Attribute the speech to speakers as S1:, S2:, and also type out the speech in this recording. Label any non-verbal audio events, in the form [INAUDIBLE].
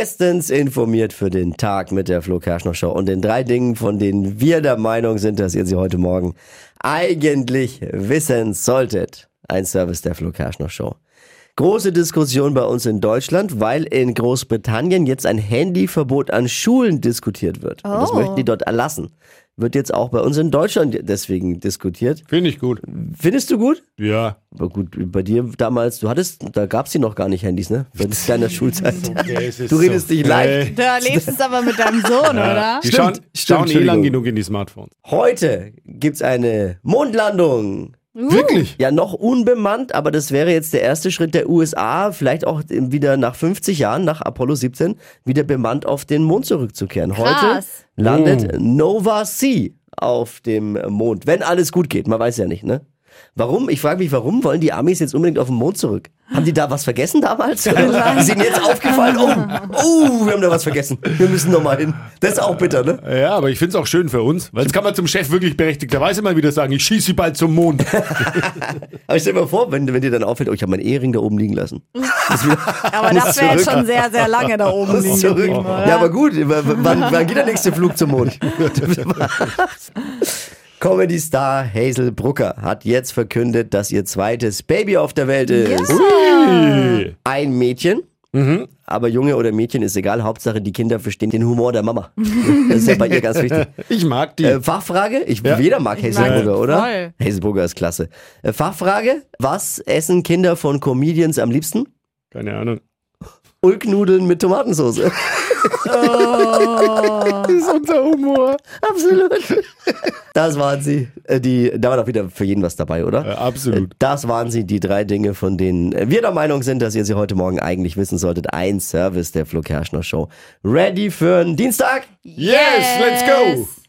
S1: Bestens informiert für den Tag mit der Flo Kerschner Show und den drei Dingen, von denen wir der Meinung sind, dass ihr sie heute Morgen eigentlich wissen solltet. Ein Service der Flo Kerschner Show. Große Diskussion bei uns in Deutschland, weil in Großbritannien jetzt ein Handyverbot an Schulen diskutiert wird. Und das
S2: Oh.
S1: möchten die dort erlassen. Wird jetzt auch bei uns in Deutschland deswegen diskutiert.
S3: Finde ich gut.
S1: Findest du gut?
S3: Ja.
S1: Aber gut, bei dir damals, du hattest, da gab's die noch gar nicht Handys, ne? Bei deiner Schulzeit. Du redest dich leicht.
S2: Da lebst es aber mit deinem
S1: [LAUGHS]
S2: Sohn, oder?
S3: Äh, Die
S1: Stimmt,
S3: schauen,
S1: stimmt,
S3: schauen eh lang
S1: Entschuldigung.
S3: genug in die Smartphones.
S1: Heute gibt's eine Mondlandung.
S3: Wirklich?
S1: Ja, noch unbemannt, aber das wäre jetzt der erste Schritt der USA, vielleicht auch wieder nach 50 Jahren, nach Apollo 17, wieder bemannt auf den Mond zurückzukehren. Heute
S2: Krass.
S1: landet Nova C auf dem Mond, wenn alles gut geht. Man weiß ja nicht, ne? Warum? Ich frage mich, warum wollen die Amis jetzt unbedingt auf den Mond zurück? Haben die da was vergessen damals? Ist ihnen jetzt aufgefallen? Oh, oh, wir haben da was vergessen. Wir müssen nochmal hin. Das ist auch bitter, ne?
S3: Ja, aber ich finde es auch schön für uns, weil jetzt kann man zum Chef wirklich berechtigterweise mal wieder sagen, ich schieße sie bald zum Mond.
S1: Aber ich stell dir mal vor, wenn, wenn dir dann auffällt, oh, ich habe meinen Ehering da oben liegen lassen.
S2: Aber das wäre jetzt schon sehr, sehr lange da oben liegen
S1: Zurück.
S2: geblieben, oder?
S1: Ja, aber gut, w- w- wann, wann geht der nächste Flug zum Mond? Comedy-Star Hazel Brucker hat jetzt verkündet, dass ihr zweites Baby auf der Welt ist.
S3: Ui.
S1: Ein Mädchen. Aber Junge oder Mädchen ist egal, Hauptsache die Kinder verstehen den Humor der Mama. Das ist ja bei ihr ganz wichtig.
S3: Ich mag die.
S1: Äh, Fachfrage? Ich,
S3: Ja.
S1: Jeder mag Hazelburger,
S2: mag-
S1: oder?
S2: voll.
S1: Hazelburger ist klasse. Äh, Fachfrage? Was essen Kinder von Comedians am liebsten?
S3: Keine Ahnung.
S1: Ulknudeln mit Tomatensauce.
S3: Das ist unser Humor.
S1: Absolut. Das waren sie. Äh, Die, da war doch wieder für jeden was dabei, oder?
S3: Äh, absolut.
S1: Äh, Das waren sie, die drei Dinge, von denen äh, wir der Meinung sind, dass ihr sie heute Morgen eigentlich wissen solltet. Ein Service der Flo Kerschner Show. Ready für einen Dienstag?
S3: Yes, let's go.